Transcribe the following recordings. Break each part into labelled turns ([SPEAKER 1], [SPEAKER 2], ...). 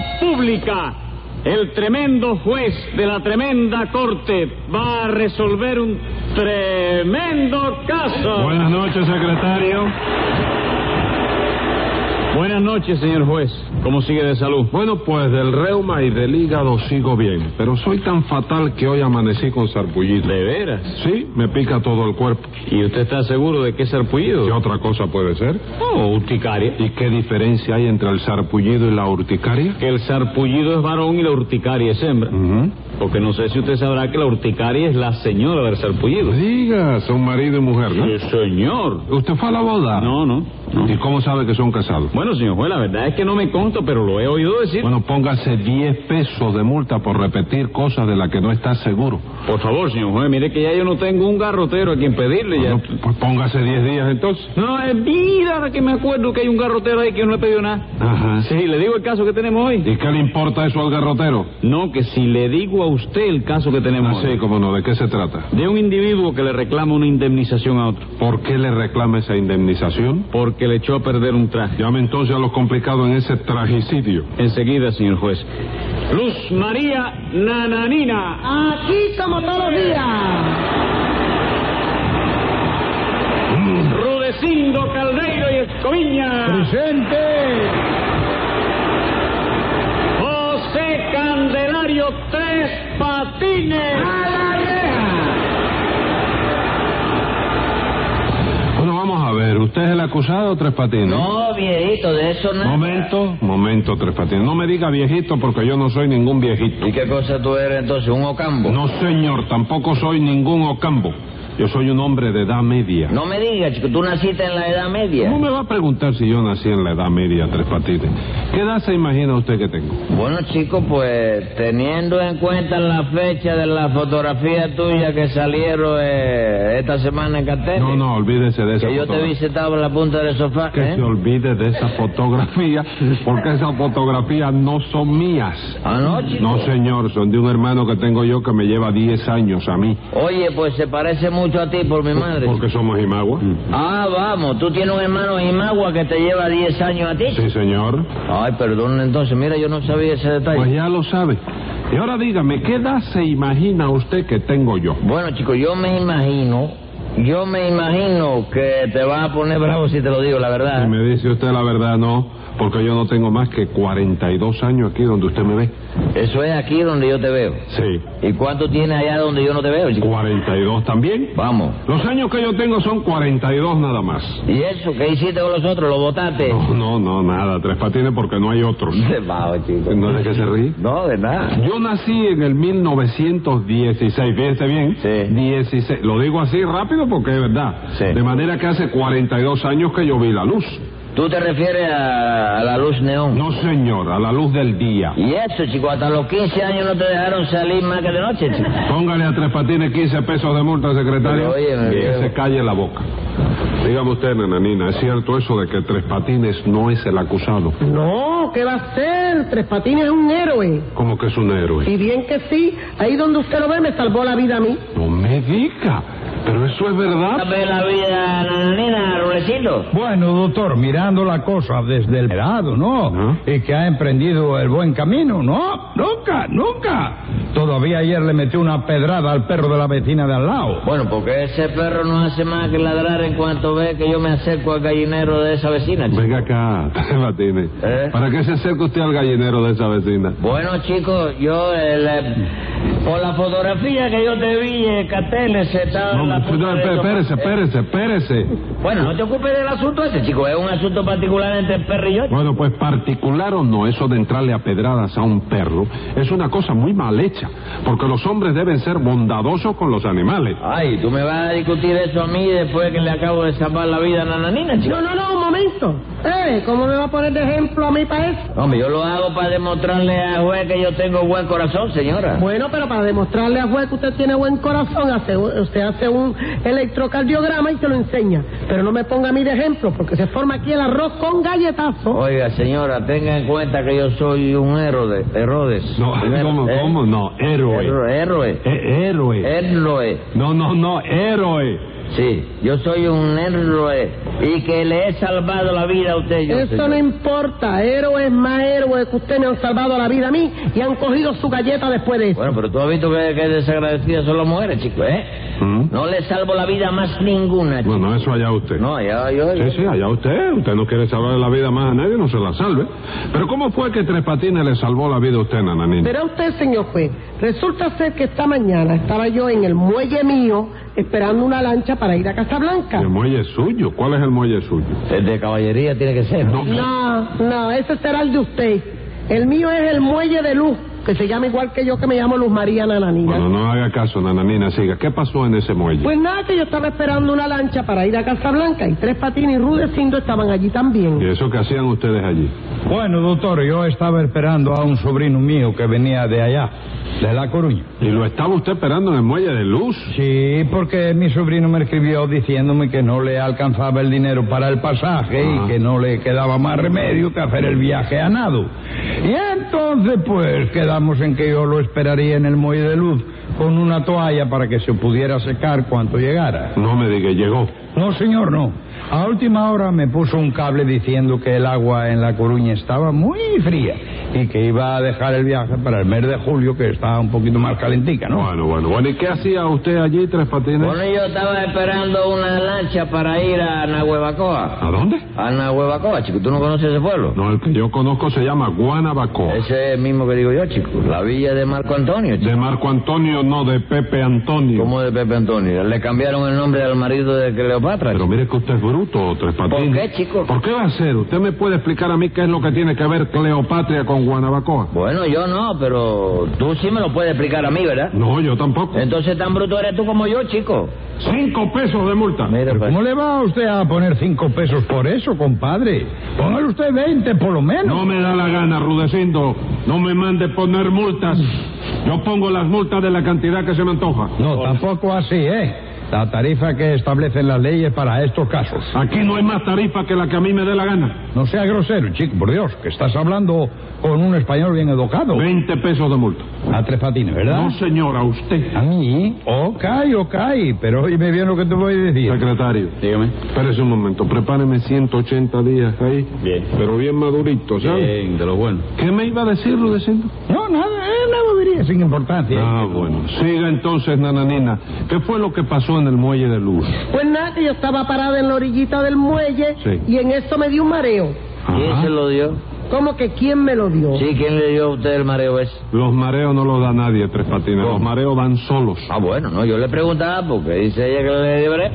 [SPEAKER 1] República, el tremendo juez de la tremenda corte va a resolver un tremendo caso.
[SPEAKER 2] Buenas noches, secretario.
[SPEAKER 1] Buenas noches, señor juez. ¿Cómo sigue de salud?
[SPEAKER 2] Bueno, pues del reuma y del hígado sigo bien, pero soy tan fatal que hoy amanecí con sarpullido.
[SPEAKER 1] ¿De veras?
[SPEAKER 2] Sí, me pica todo el cuerpo.
[SPEAKER 1] ¿Y usted está seguro de que es
[SPEAKER 2] ¿Qué
[SPEAKER 1] sarpullido?
[SPEAKER 2] otra cosa puede ser?
[SPEAKER 1] ¿O urticaria?
[SPEAKER 2] ¿Y qué diferencia hay entre el sarpullido y la urticaria?
[SPEAKER 1] Que el sarpullido es varón y la urticaria es hembra.
[SPEAKER 2] Ujú.
[SPEAKER 1] Porque no sé si usted sabrá que la urticaria es la señora del sarpullido.
[SPEAKER 2] Diga, son marido y mujer, ¿no?
[SPEAKER 1] Sí, señor.
[SPEAKER 2] ¿Usted fue a la boda?
[SPEAKER 1] No, no, no.
[SPEAKER 2] ¿Y cómo sabe que son casados?
[SPEAKER 1] Bueno, señor juez, la verdad es que no me conto, pero lo he oído decir.
[SPEAKER 2] Bueno, póngase 10 pesos de multa por repetir cosas de las que no está seguro.
[SPEAKER 1] Por favor, señor juez, mire que ya yo no tengo un garrotero a quien pedirle ya.
[SPEAKER 2] Bueno, pues póngase 10 días entonces.
[SPEAKER 1] No, es vida que me acuerdo que hay un garrotero ahí que yo no le pedido nada.
[SPEAKER 2] Ajá.
[SPEAKER 1] Sí, le digo el caso que tenemos hoy.
[SPEAKER 2] ¿Y qué le importa eso al garrotero?
[SPEAKER 1] No, que si le digo a usted el caso que tenemos
[SPEAKER 2] Así
[SPEAKER 1] hoy.
[SPEAKER 2] como no, ¿de qué se trata?
[SPEAKER 1] De un individuo que le reclama una indemnización a otro
[SPEAKER 2] ¿Por qué le reclama esa indemnización?
[SPEAKER 1] porque le echó a perder un traje.
[SPEAKER 2] Llame entonces a los complicados en ese tragicidio.
[SPEAKER 1] Enseguida, señor juez. Luz María Nananina.
[SPEAKER 3] Aquí como todos los días.
[SPEAKER 1] Rudecindo Caldeiro y Escoviña.
[SPEAKER 2] ¡Presente!
[SPEAKER 1] José Candelario Tres Patines.
[SPEAKER 2] Bueno, vamos a ver, ¿usted es el acusado o Tres Patines?
[SPEAKER 3] No, viejito, de eso no.
[SPEAKER 2] Momento, momento, Tres Patines. No me diga viejito porque yo no soy ningún viejito.
[SPEAKER 3] ¿Y qué cosa tú eres entonces? ¿Un ocambo?
[SPEAKER 2] No, señor, tampoco soy ningún ocambo. Yo soy un hombre de edad media.
[SPEAKER 3] No me digas, chico, tú naciste en la Edad Media.
[SPEAKER 2] ¿Cómo me va a preguntar si yo nací en la edad media, Tres Patines? ¿Qué edad se imagina usted que tengo?
[SPEAKER 3] Bueno, chicos, pues teniendo en cuenta la fecha de la fotografía tuya que salieron eh, esta semana en Catete,
[SPEAKER 2] No, no, olvídese de esa
[SPEAKER 3] que yo te vi
[SPEAKER 2] fotografía.
[SPEAKER 3] sentado en la punta del sofá,
[SPEAKER 2] Que
[SPEAKER 3] ¿eh?
[SPEAKER 2] se olvide de esa fotografía, porque esas fotografías no son mías.
[SPEAKER 3] Ah, no, chico.
[SPEAKER 2] No, señor, son de un hermano que tengo yo que me lleva 10 años a mí.
[SPEAKER 3] Oye, pues se parece mucho a ti por mi madre.
[SPEAKER 2] Porque somos Imagua.
[SPEAKER 3] Ah, vamos, tú tienes un hermano Imagua que te lleva 10 años a ti.
[SPEAKER 2] Sí, señor.
[SPEAKER 3] Ay, perdón, entonces, mira, yo no sabía ese detalle.
[SPEAKER 2] Pues ya lo sabe. Y ahora dígame, ¿qué edad se imagina usted que tengo yo?
[SPEAKER 3] Bueno, chicos, yo me imagino, yo me imagino que te vas a poner bravo si te lo digo, la verdad.
[SPEAKER 2] Si me dice usted la verdad, no, porque yo no tengo más que 42 años aquí donde usted me ve.
[SPEAKER 3] Eso es aquí donde yo te veo.
[SPEAKER 2] Sí.
[SPEAKER 3] ¿Y cuánto tienes allá donde yo no te veo, chico?
[SPEAKER 2] 42 también.
[SPEAKER 3] Vamos.
[SPEAKER 2] Los años que yo tengo son 42 nada más.
[SPEAKER 3] ¿Y eso qué hiciste con los otros? ¿Lo botaste?
[SPEAKER 2] No, no, no, nada, tres patines porque no hay otros.
[SPEAKER 3] De vago, chico.
[SPEAKER 2] ¿No es de que se ríe?
[SPEAKER 3] No, de nada.
[SPEAKER 2] Yo nací en el 1916, fíjense bien.
[SPEAKER 3] Sí.
[SPEAKER 2] 16. Lo digo así rápido porque es verdad.
[SPEAKER 3] Sí.
[SPEAKER 2] De manera que hace 42 años que yo vi la luz.
[SPEAKER 3] ¿Tú te refieres a, a la luz neón?
[SPEAKER 2] No, señor, a la luz del día.
[SPEAKER 3] Y eso, chico, hasta los 15 años no te dejaron salir más que de noche, chico.
[SPEAKER 2] Póngale a Tres Patines 15 pesos de multa, secretario.
[SPEAKER 3] Pero, oye, me
[SPEAKER 2] y que
[SPEAKER 3] veo.
[SPEAKER 2] se calle la boca. Dígame usted, nananina, ¿es cierto eso de que Tres Patines no es el acusado?
[SPEAKER 4] No, ¿qué va a ser? Tres Patines es un héroe.
[SPEAKER 2] Como que es un héroe.
[SPEAKER 4] Y bien que sí, ahí donde usted lo ve me salvó la vida a mí.
[SPEAKER 2] No me diga, pero eso es verdad.
[SPEAKER 3] ¿Sabes la vida, nananina, Rulecito?
[SPEAKER 5] Bueno, doctor, mirando la cosa desde el lado, ¿no?
[SPEAKER 2] Ajá.
[SPEAKER 5] Y que ha emprendido el buen camino, ¿no? Nunca, nunca. Todavía ayer le metió una pedrada al perro de la vecina de al lado.
[SPEAKER 3] Bueno, porque ese perro no hace más que ladrar en cuanto ve que yo me acerco al gallinero de esa vecina, chico.
[SPEAKER 2] Venga acá, Tres Patines.
[SPEAKER 3] ¿Eh?
[SPEAKER 2] ¿Para qué se acerca usted al gallinero de esa vecina?
[SPEAKER 3] Bueno, chicos, yo eh, la- por la fotografía que yo te vi, eh, Cateles, estaba...
[SPEAKER 2] No,
[SPEAKER 3] en la
[SPEAKER 2] no,
[SPEAKER 3] punta de
[SPEAKER 2] espé-
[SPEAKER 3] tu-
[SPEAKER 2] espérese,
[SPEAKER 3] eh,
[SPEAKER 2] espérese, espérese.
[SPEAKER 3] Bueno, no te ocupes del asunto ese, chico. Es un asunto particular entre el perro y yo.
[SPEAKER 2] Bueno, pues particular o no, eso de entrarle a pedradas a un perro es una cosa muy mal hecha, porque los hombres deben ser bondadosos con los animales.
[SPEAKER 3] Ay, tú me vas a discutir eso a mí después que le acabo de salvar la vida a Nananina, chico.
[SPEAKER 4] No, no, no, un momento. Eh, ¿cómo me va a poner de ejemplo a mí para eso?
[SPEAKER 3] Hombre, yo lo hago para demostrarle al juez que yo tengo buen corazón, señora.
[SPEAKER 4] Bueno, pero para demostrarle a juez que usted tiene buen corazón, hace, un- usted hace un electrocardiograma y se lo enseña. Pero no me ponga a mí de ejemplo, porque se forma aquí el arroz con galletazo.
[SPEAKER 3] Oiga, señora, tenga en cuenta que yo soy un héroe, Herodes.
[SPEAKER 2] No, ¿cómo,
[SPEAKER 3] Eh,
[SPEAKER 2] cómo? No, héroe.
[SPEAKER 3] Héroe.
[SPEAKER 2] Eh, héroe.
[SPEAKER 3] Héroe.
[SPEAKER 2] No, no, no, héroe.
[SPEAKER 3] Sí, yo soy un héroe y que le he salvado la vida a usted. Yo,
[SPEAKER 4] Eso
[SPEAKER 3] señor.
[SPEAKER 4] no importa, héroes más héroes que ustedes me han salvado la vida a mí y han cogido su galleta después de eso.
[SPEAKER 3] Bueno, pero tú has visto que, que desagradecidas son las mujeres, chico, ¿eh?
[SPEAKER 2] ¿Mm?
[SPEAKER 3] No le salvo la vida más ninguna, chico.
[SPEAKER 2] Bueno, eso allá usted.
[SPEAKER 3] No, ya, yo...
[SPEAKER 2] Sí, sí, allá usted. Usted no quiere salvar la vida más a nadie, no se la salve. Pero ¿cómo fue que Tres Patines le salvó la vida a usted, Nananina?
[SPEAKER 4] Verá usted, señor juez, resulta ser que esta mañana estaba yo en el muelle mío esperando una lancha para ir a Casablanca.
[SPEAKER 2] El muelle es suyo. ¿Cuál es el muelle suyo?
[SPEAKER 3] El de caballería tiene que ser.
[SPEAKER 2] No.
[SPEAKER 4] No, no, ese será el de usted. El mío es el muelle de Luz, que se llama igual que yo, que me llamo Luz María Nananina.
[SPEAKER 2] Bueno, no haga caso, Nananina, siga. ¿Qué pasó en ese muelle?
[SPEAKER 4] Pues nada, que yo estaba esperando una lancha para ir a Casablanca y Tres Patines y Rudecindo estaban allí también.
[SPEAKER 2] ¿Y eso que hacían ustedes allí?
[SPEAKER 5] Bueno, doctor, yo estaba esperando a un sobrino mío que venía de allá, de La Coruña.
[SPEAKER 2] ¿Y lo estaba usted esperando en el muelle de luz?
[SPEAKER 5] Sí, porque mi sobrino me escribió diciéndome que no le alcanzaba el dinero para el pasaje
[SPEAKER 2] Ah.
[SPEAKER 5] y que no le quedaba más remedio que hacer el viaje a nado. Y entonces, pues, quedamos en que yo lo esperaría en el muelle de luz con una toalla para que se pudiera secar cuanto llegara.
[SPEAKER 2] No me diga, llegó.
[SPEAKER 5] No, señor, no. A última hora me puso un cable diciendo que el agua en La Coruña estaba muy fría y que iba a dejar el viaje para el mes de julio, que estaba un poquito más calentica, ¿no?
[SPEAKER 2] Bueno, bueno, bueno. ¿Y qué hacía usted allí, Tres Patines?
[SPEAKER 3] Bueno, yo estaba esperando una lancha para ir a Nahuevacoa.
[SPEAKER 2] ¿A dónde?
[SPEAKER 3] A Nahuevacoa, chico. ¿Tú no conoces ese pueblo?
[SPEAKER 2] No, el que yo conozco se llama Guanabacoa.
[SPEAKER 3] Ese es el mismo que digo yo, chico. La villa de Marco Antonio, chico.
[SPEAKER 2] De Marco Antonio, no, de Pepe Antonio.
[SPEAKER 3] Como de Pepe Antonio. Le cambiaron el nombre al marido de Cleopatra.
[SPEAKER 2] Pero
[SPEAKER 3] chico.
[SPEAKER 2] mire que usted es bruto, Tres Patines.
[SPEAKER 3] ¿Por qué, chico?
[SPEAKER 2] ¿Por qué va a ser? ¿Usted me puede explicar a mí qué es lo que tiene que ver Cleopatria con Guanabacoa?
[SPEAKER 3] Bueno, yo no, pero tú sí me lo puedes explicar a mí, ¿verdad?
[SPEAKER 2] No, yo tampoco.
[SPEAKER 3] Entonces tan bruto eres tú como yo, chico.
[SPEAKER 2] Cinco pesos de multa.
[SPEAKER 3] Mira,
[SPEAKER 5] Pero
[SPEAKER 3] pues,
[SPEAKER 5] ¿Cómo le va a usted a poner cinco pesos por eso, compadre? Póngale usted 20 por lo menos.
[SPEAKER 2] No me da la gana, Rudecindo. No me mande poner multas. Yo pongo las multas de la cantidad que se me antoja.
[SPEAKER 5] No, tampoco así, ¿eh? La tarifa que establecen las leyes para estos casos.
[SPEAKER 2] Aquí no hay más tarifa que la que a mí me dé la gana.
[SPEAKER 5] No sea grosero, chico, por Dios, que estás hablando con un español bien educado.
[SPEAKER 2] Veinte pesos de multa.
[SPEAKER 5] A tres patines, ¿verdad?
[SPEAKER 2] No, señora, usted.
[SPEAKER 5] A mí. Ah, Ok, ok, pero óyeme bien lo que te voy a decir.
[SPEAKER 2] Secretario.
[SPEAKER 6] Dígame.
[SPEAKER 2] Espérese un momento. Prepáreme 180 días ahí.
[SPEAKER 6] Bien.
[SPEAKER 2] Pero bien madurito,
[SPEAKER 1] Eh.
[SPEAKER 2] ¿sabes?
[SPEAKER 6] Bien, de lo bueno.
[SPEAKER 2] ¿Qué me iba a decir, Rudecindo?
[SPEAKER 5] No, nada, es una bobería sin importancia.
[SPEAKER 2] Ah, bueno. Siga entonces, nananina. ¿Qué fue lo que pasó en el muelle de luz?
[SPEAKER 4] Pues nada, que yo estaba parada en la orillita del muelle
[SPEAKER 2] Sí.
[SPEAKER 4] y en eso me dio un mareo.
[SPEAKER 3] ¿quién
[SPEAKER 2] Ajá.
[SPEAKER 3] se lo dio?
[SPEAKER 4] ¿Cómo que quién me lo dio?
[SPEAKER 3] Sí, ¿quién le dio a usted el mareo ese?
[SPEAKER 2] Los mareos no los da nadie, Tres Patines. Los mareos van solos.
[SPEAKER 3] Ah, bueno, no, yo le preguntaba porque dice ella que le dio mareo.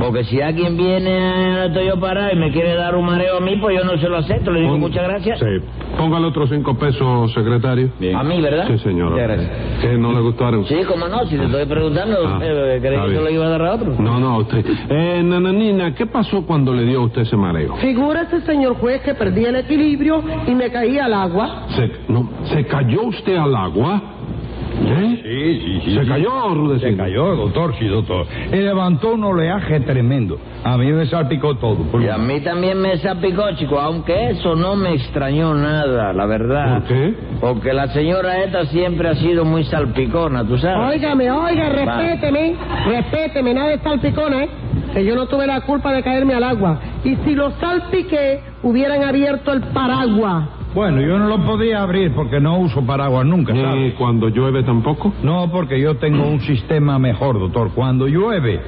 [SPEAKER 3] Porque si alguien viene a estoy yo parado y me quiere dar un mareo a mí, pues yo no se lo acepto. Le digo
[SPEAKER 2] Pon-
[SPEAKER 3] muchas gracias.
[SPEAKER 2] Sí. Póngale otros cinco pesos, secretario.
[SPEAKER 6] Bien.
[SPEAKER 3] A mí, ¿verdad?
[SPEAKER 2] Sí, señora.
[SPEAKER 3] Muchas gracias.
[SPEAKER 2] ¿Qué, no le gustaron?
[SPEAKER 3] Sí, como no, si te estoy preguntando,
[SPEAKER 2] Ah,
[SPEAKER 3] eh, ¿crees
[SPEAKER 2] está
[SPEAKER 3] que se
[SPEAKER 2] bien.
[SPEAKER 3] lo iba a dar a otro?
[SPEAKER 2] No, no, a usted. Eh, nananina, ¿qué pasó cuando le dio a usted ese mareo?
[SPEAKER 4] Figúrese, señor juez, que perdí el equilibrio y me caí al agua.
[SPEAKER 2] ¿Se, no, ¿se cayó usted al agua? ¿Eh?
[SPEAKER 5] Sí, sí, sí.
[SPEAKER 2] ¿Se
[SPEAKER 5] sí.
[SPEAKER 2] cayó,
[SPEAKER 5] Se
[SPEAKER 2] Rudecindo?
[SPEAKER 5] cayó, doctor, sí, doctor. Y levantó un oleaje tremendo. A mí me salpicó todo. por-
[SPEAKER 3] Y a mí también me salpicó, chico, aunque eso no me extrañó nada, la verdad.
[SPEAKER 2] ¿Por qué?
[SPEAKER 3] Porque la señora esta siempre ha sido muy salpicona, ¿tú sabes?
[SPEAKER 4] Óigame, oiga, respéteme, respéteme, nada de salpicona, ¿eh? Que yo no tuve la culpa de caerme al agua. Y si lo salpiqué, hubieran abierto el paraguas.
[SPEAKER 5] Bueno, yo no lo podía abrir porque no uso paraguas nunca, ¿sabes?
[SPEAKER 2] ¿Ni cuando llueve tampoco?
[SPEAKER 5] No, porque yo tengo un sistema mejor, doctor. Cuando llueve,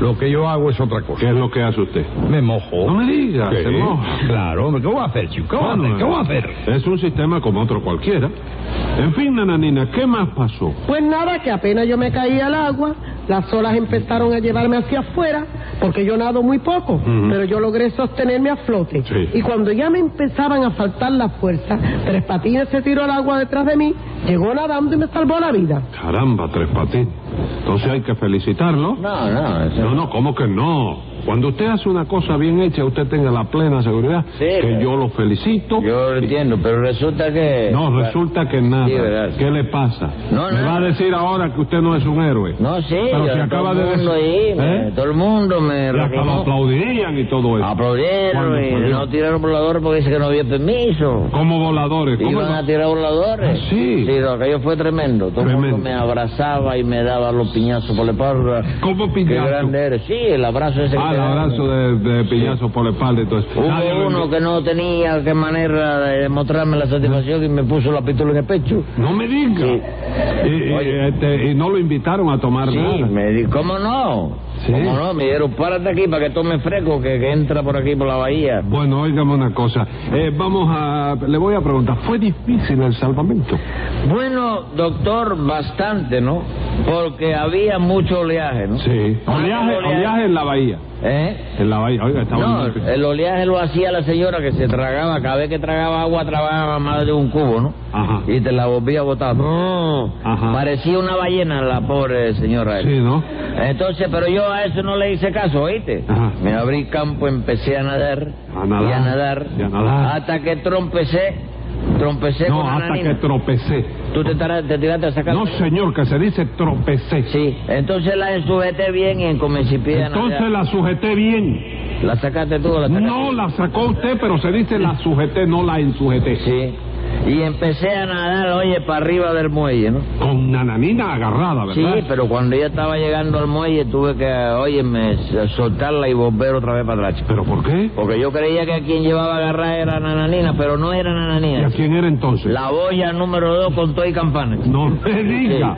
[SPEAKER 5] lo que yo hago es otra cosa.
[SPEAKER 2] ¿Qué es lo que hace usted?
[SPEAKER 5] Me mojo.
[SPEAKER 2] No me diga,
[SPEAKER 5] Sí,
[SPEAKER 2] se moja.
[SPEAKER 5] Claro, hombre, ¿qué voy a hacer, chico? ¿Qué voy a hacer? ¿Qué voy a hacer?
[SPEAKER 2] Es un sistema como otro cualquiera. En fin, nananina, ¿qué más pasó?
[SPEAKER 4] Pues nada, que apenas yo me caí al agua, las olas empezaron a llevarme hacia afuera, porque yo nado muy poco,
[SPEAKER 2] Ujú.
[SPEAKER 4] pero yo logré sostenerme a flote.
[SPEAKER 2] Sí.
[SPEAKER 4] Y cuando ya me empezaban a faltar las fuerzas, Tres Patines se tiró al agua detrás de mí, llegó nadando y me salvó la vida.
[SPEAKER 2] Caramba, Tres Patines. Entonces hay que felicitarlo.
[SPEAKER 3] No, no, eso-
[SPEAKER 2] No, no, ¿cómo que no? Cuando usted hace una cosa bien hecha, usted tenga la plena seguridad
[SPEAKER 3] Sí,
[SPEAKER 2] que
[SPEAKER 3] claro.
[SPEAKER 2] yo lo felicito.
[SPEAKER 3] Yo lo entiendo, pero resulta que...
[SPEAKER 2] No, resulta que nada.
[SPEAKER 3] Sí, verdad.
[SPEAKER 2] ¿Qué le pasa?
[SPEAKER 3] No,
[SPEAKER 2] Me
[SPEAKER 3] nada.
[SPEAKER 2] va a decir ahora que usted no es un héroe.
[SPEAKER 3] No, sí,
[SPEAKER 2] Pero
[SPEAKER 3] yo-
[SPEAKER 2] si acaba
[SPEAKER 3] todo
[SPEAKER 2] de
[SPEAKER 3] el mundo
[SPEAKER 2] decir-
[SPEAKER 3] ahí, me-
[SPEAKER 2] ¿Eh?
[SPEAKER 3] todo el mundo me...
[SPEAKER 2] Y hasta lo
[SPEAKER 3] reclamó.
[SPEAKER 2] aplaudirían y todo eso. Cuando
[SPEAKER 3] Aplaudieron y
[SPEAKER 2] ocurrió.
[SPEAKER 3] no tiraron voladores porque dice que no había permiso.
[SPEAKER 2] Como voladores. ¿cómo
[SPEAKER 3] Iban
[SPEAKER 2] no?
[SPEAKER 3] a tirar voladores.
[SPEAKER 2] Ah, sí.
[SPEAKER 3] lo aquello fue tremendo. Todo el
[SPEAKER 2] Tremendo.
[SPEAKER 3] mundo me abrazaba y me daba los piñazos por la espalda.
[SPEAKER 2] ¿Cómo
[SPEAKER 3] Qué
[SPEAKER 2] pillazo?
[SPEAKER 3] grande eres. Sí, el abrazo ese. que
[SPEAKER 2] Ah,
[SPEAKER 3] te
[SPEAKER 2] el
[SPEAKER 3] dan.
[SPEAKER 2] abrazo de, de pillazo por la espalda y todo eso. Nadie
[SPEAKER 3] Hubo
[SPEAKER 2] lo
[SPEAKER 3] uno
[SPEAKER 2] invita.
[SPEAKER 3] que no tenía qué manera de mostrarme la satisfacción y me puso la pistola en el pecho.
[SPEAKER 2] No me diga.
[SPEAKER 3] Sí.
[SPEAKER 2] Y, y,
[SPEAKER 3] Oye.
[SPEAKER 2] este, y no lo invitaron a tomar
[SPEAKER 3] Sí,
[SPEAKER 2] nada.
[SPEAKER 3] me di, ¿cómo no?
[SPEAKER 2] Sí.
[SPEAKER 3] ¿Cómo no? Me dijeron, párate aquí para que tome fresco, que, que entra por aquí por la bahía.
[SPEAKER 2] Bueno, óigame una cosa. Eh, vamos a... Le voy a preguntar, ¿fue difícil el salvamento?
[SPEAKER 3] Bueno, doctor, bastante, ¿no? Porque había mucho oleaje, ¿no?
[SPEAKER 2] Oleaje, oleaje en la bahía.
[SPEAKER 3] ¿Eh?
[SPEAKER 2] En la bahía, oiga, está
[SPEAKER 3] No,
[SPEAKER 2] bonito.
[SPEAKER 3] el oleaje lo hacía la señora que se tragaba, cada vez que tragaba agua tragaba más de un cubo, ¿no?
[SPEAKER 2] Ajá.
[SPEAKER 3] Y te la volvía a botar. No.
[SPEAKER 2] Ajá.
[SPEAKER 3] Parecía una ballena la pobre señora.
[SPEAKER 2] Sí, ¿no?
[SPEAKER 3] Entonces, pero yo a eso no le hice caso, ¿oíste?
[SPEAKER 2] Ajá.
[SPEAKER 3] Me abrí campo, empecé a nadar,
[SPEAKER 2] A nadar,
[SPEAKER 3] y a nadar,
[SPEAKER 2] y a nadar.
[SPEAKER 3] hasta que trompecé, trompecé
[SPEAKER 2] No,
[SPEAKER 3] con la
[SPEAKER 2] hasta que
[SPEAKER 3] nanina.
[SPEAKER 2] tropecé.
[SPEAKER 3] Tú te, tara- te tiraste a sacar.
[SPEAKER 2] No, señor, que se dice tropecé.
[SPEAKER 3] Sí, entonces la ensujeté bien y comencé a
[SPEAKER 2] Entonces
[SPEAKER 3] nadar.
[SPEAKER 2] la sujeté bien.
[SPEAKER 3] ¿La sacaste tú o la sacaste?
[SPEAKER 2] No la sacó usted, pero se dice la sujeté, no la ensujeté.
[SPEAKER 3] Sí. Y empecé a nadar, oye, para arriba del muelle, ¿no?
[SPEAKER 2] Con nananina agarrada, ¿verdad?
[SPEAKER 3] Sí, pero cuando ya estaba llegando al muelle tuve que, oye, me soltarla y volver otra vez para atrás.
[SPEAKER 2] ¿Pero por qué?
[SPEAKER 3] Porque yo creía que a quien llevaba agarrada era Nananina, pero no era
[SPEAKER 2] ¿Y a
[SPEAKER 3] Nananina.
[SPEAKER 2] quién era entonces?
[SPEAKER 3] La boya número dos con todo y campana.
[SPEAKER 2] No me diga.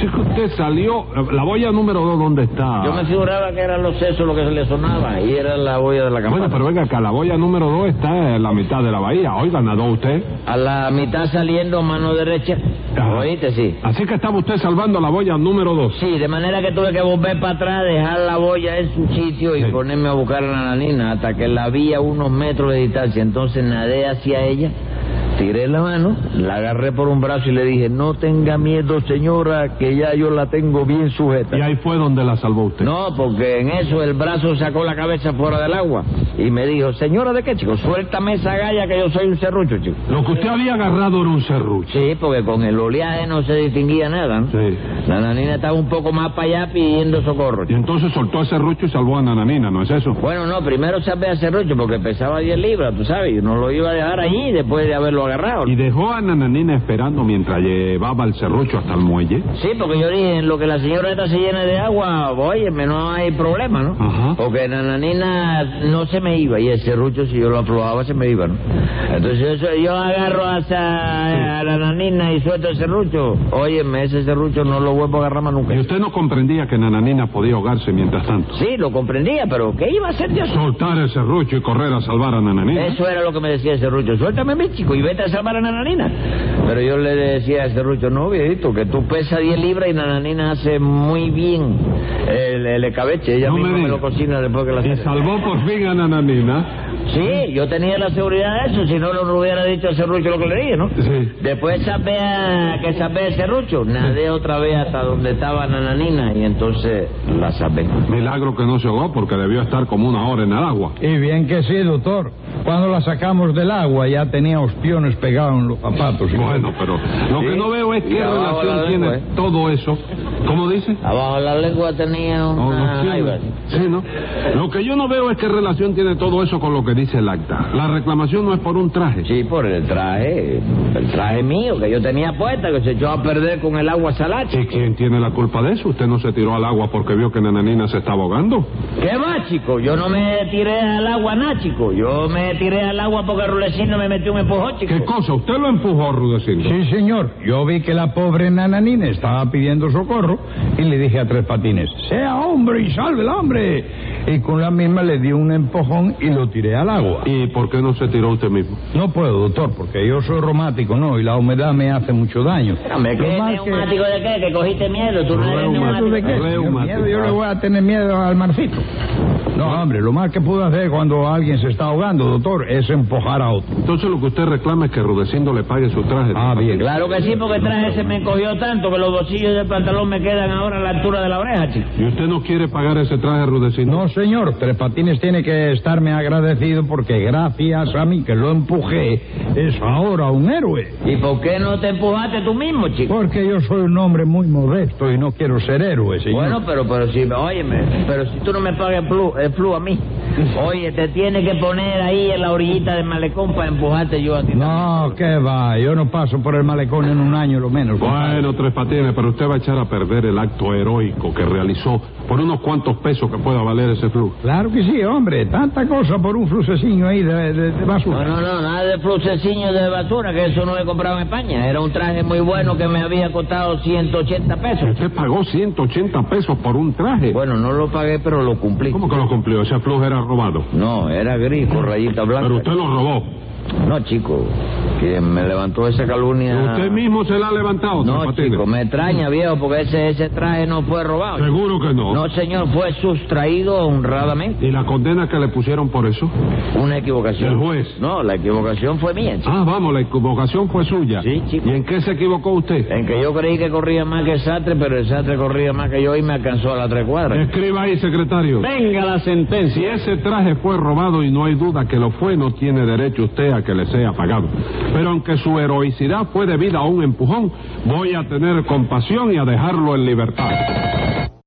[SPEAKER 2] Si es que usted salió, la boya número dos, ¿dónde está?
[SPEAKER 3] Yo me figuraba que eran los sesos lo que se le sonaba y era la boya de la campana.
[SPEAKER 2] Bueno, pero venga, acá la boya número dos está en la mitad de la bahía. Oiga, nadó usted.
[SPEAKER 3] A la mitad saliendo mano derecha.
[SPEAKER 2] pues. Ajá.
[SPEAKER 3] ¿Oíste? Sí.
[SPEAKER 2] Así que estaba usted salvando la boya número dos.
[SPEAKER 3] Sí, de manera que tuve que volver para atrás, dejar la boya en su sitio y
[SPEAKER 2] Sí.
[SPEAKER 3] ponerme a buscar a la nanina hasta que la vi a unos metros de distancia. Entonces nadé hacia ella, tiré la mano, la agarré por un brazo y le dije, no tenga miedo señora, que ya yo la tengo bien sujeta.
[SPEAKER 2] Y ahí fue donde la salvó usted.
[SPEAKER 3] No, porque en eso el brazo sacó la cabeza fuera del agua y me dijo, señora, ¿de qué, chico? Suéltame esa galla que yo soy un serrucho, chico.
[SPEAKER 2] Lo que usted había agarrado era un serrucho.
[SPEAKER 3] Sí, porque con el oleaje no se distinguía nada, ¿no?
[SPEAKER 2] Sí.
[SPEAKER 3] La nanina estaba un poco más para allá pidiendo socorro.
[SPEAKER 2] Y
[SPEAKER 3] chico.
[SPEAKER 2] entonces soltó ese serrucho y salvó a Nananina, ¿no es eso?
[SPEAKER 3] Bueno, no, primero salvé a Cerrucho porque pesaba 10 libras, tú sabes, y no lo iba a dejar allí después de haberlo agarrado.
[SPEAKER 2] Y dejó a Nananina esperando mientras llevaba el serrucho hasta el muelle.
[SPEAKER 3] Sí, porque yo dije, en lo que la señora esta se llene de agua, óyeme, no hay problema, ¿no?
[SPEAKER 2] Ajá.
[SPEAKER 3] Porque Nananina no se me iba, y el serrucho, si yo lo aflojaba, se me iba, ¿no? Entonces yo, yo agarro hasta a la Nananina y suelto el serrucho. Óyeme, ese serrucho no lo vuelvo a agarrar más nunca.
[SPEAKER 2] Y usted no comprendía que Nananina podía ahogarse mientras tanto.
[SPEAKER 3] Sí, lo comprendía, pero ¿qué iba a hacer yo?
[SPEAKER 2] Soltar el serrucho y correr a salvar a Nananina.
[SPEAKER 3] Eso era lo que me decía el Cerrucho. Suéltame a mí, chico, y vete a salvar a Nananina. Pero yo le decía al Cerrucho, no, viejito, que tú pesas 10 libras y Nananina hace muy bien el, el escabeche. Ella
[SPEAKER 2] No me
[SPEAKER 3] misma me,
[SPEAKER 2] diga.
[SPEAKER 3] lo cocina después que la
[SPEAKER 2] Y
[SPEAKER 3] hace.
[SPEAKER 2] salvó por fin a Nananina.
[SPEAKER 3] Sí, yo tenía la seguridad de eso, si no no le hubiera dicho al Cerrucho lo que le dije, ¿no?
[SPEAKER 2] Sí.
[SPEAKER 3] Después sapé a- que sapé el Cerrucho, nadé otra vez hasta donde estaba Nananina y entonces la sapé.
[SPEAKER 2] Milagro que no se ahogó porque debió estar como una hora en el agua.
[SPEAKER 5] Y bien que sí, doctor. Cuando la sacamos del agua ya tenía ostiones pegados en los zapatos.
[SPEAKER 2] Bueno, pero lo que
[SPEAKER 3] Sí.
[SPEAKER 2] no veo es
[SPEAKER 3] Y
[SPEAKER 2] qué
[SPEAKER 3] abajo la
[SPEAKER 2] relación
[SPEAKER 3] lengua,
[SPEAKER 2] tiene
[SPEAKER 3] ¿eh?
[SPEAKER 2] todo eso. ¿Cómo dice?
[SPEAKER 3] Abajo la lengua tenía
[SPEAKER 2] Oh, No, no
[SPEAKER 3] una...
[SPEAKER 2] tiene.
[SPEAKER 3] jaiba.
[SPEAKER 2] Sí, ¿no? Lo que yo no veo es qué relación tiene todo eso con lo que dice el acta. La reclamación no es por un traje.
[SPEAKER 3] Sí, por el traje, el traje mío que yo tenía puesta, que se echó a perder con el agua salacha.
[SPEAKER 2] ¿Y quién tiene la culpa de eso? ¿Usted no se tiró al agua porque vio que Nananina se estaba ahogando?
[SPEAKER 3] ¿Qué va, chico? Yo no me tiré al agua, nada, chico. Yo me tiré al agua porque Rulecino me metió un empujón, chico.
[SPEAKER 2] ¿Qué cosa? ¿Usted lo empujó, Rudecindo?
[SPEAKER 5] Sí, señor. Yo vi que la pobre nananina estaba pidiendo socorro y le dije a Tres Patines, sea hombre y salve al hombre. Y con la misma le di un empujón y lo tiré al agua.
[SPEAKER 2] ¿Y por qué no se tiró usted mismo?
[SPEAKER 5] No puedo, doctor, porque yo soy romático, ¿no? Y la humedad me hace mucho daño.
[SPEAKER 3] Hombre, ¿qué
[SPEAKER 5] Lo más que-
[SPEAKER 3] neumático de qué? ¿Que cogiste miedo? ¿Tú no eres
[SPEAKER 2] Reumático.
[SPEAKER 5] ¿Miedo de
[SPEAKER 3] neumático?
[SPEAKER 5] qué?
[SPEAKER 2] Reumático.
[SPEAKER 5] Miedo, yo le voy a tener miedo al marcito. Ah. No, hombre, lo más que pude hacer cuando alguien se está ahogando, doctor, es empujar a otro.
[SPEAKER 2] Entonces lo que usted reclama es que Rudecindo le pague su traje. de
[SPEAKER 5] Ah, bien.
[SPEAKER 3] Claro que sí, porque el traje ese me encogió tanto que los bolsillos del pantalón me quedan ahora a la altura de la oreja, chico.
[SPEAKER 2] ¿Y usted no quiere pagar ese traje, Rudecindo?
[SPEAKER 5] No, señor, Tres Patines tiene que estarme agradecido porque gracias a mí que lo empujé, es ahora un héroe.
[SPEAKER 3] ¿Y por qué no te empujaste tú mismo, chico?
[SPEAKER 5] Porque yo soy un hombre muy modesto y no quiero ser héroe, señor.
[SPEAKER 3] Bueno, pero, pero si, óyeme, pero si tú no me pagas el flu, el flu a mí, oye, te tienes que poner ahí en la orillita del malecón para empujarte yo a ti.
[SPEAKER 5] No, que va, yo no paso por el malecón en un año lo menos.
[SPEAKER 2] Bueno, Tres Patines, pero usted va a echar a perder el acto heroico que realizó por unos cuantos pesos que pueda valer ese flujo.
[SPEAKER 5] Claro que sí, hombre, tanta cosa por un fluceciño ahí de, de- de
[SPEAKER 3] No,
[SPEAKER 5] basura.
[SPEAKER 3] no, no, nada de fluceciño de basura, que eso no he comprado en España. Era un traje muy bueno que me había costado 180 pesos.
[SPEAKER 2] Usted pagó 180 pesos por un traje.
[SPEAKER 3] Bueno, no lo pagué, pero lo cumplí.
[SPEAKER 2] ¿Cómo que lo cumplió? Ese flujo era robado.
[SPEAKER 3] No, era gris con rayita blanca.
[SPEAKER 2] Pero usted lo robó.
[SPEAKER 3] No, chico, quien me levantó esa calumnia...
[SPEAKER 2] Usted mismo se la ha levantado, Tres
[SPEAKER 3] No,
[SPEAKER 2] Patines.
[SPEAKER 3] chico, me extraña, viejo, porque ese, ese traje no fue robado.
[SPEAKER 2] Seguro que no.
[SPEAKER 3] No, señor, fue sustraído honradamente.
[SPEAKER 2] ¿Y la condena que le pusieron por eso?
[SPEAKER 3] Una equivocación.
[SPEAKER 2] ¿El juez?
[SPEAKER 3] No, la equivocación fue mía, chico.
[SPEAKER 2] Ah, vamos, la equivocación fue suya.
[SPEAKER 3] Sí, chico. Eh,
[SPEAKER 2] ¿Y en qué se equivocó usted?
[SPEAKER 3] En que yo creí que corría más que el Sastre, pero el Sastre corría más que yo y me alcanzó a las tres cuadras.
[SPEAKER 2] Escriba ahí, secretario.
[SPEAKER 1] Venga la
[SPEAKER 2] Si
[SPEAKER 1] sentencia.
[SPEAKER 2] ese traje fue robado y no hay duda que lo fue, no tiene derecho usted a que le sea pagado. Pero aunque su heroicidad fue debida a un empujón, voy a tener compasión y a dejarlo en libertad.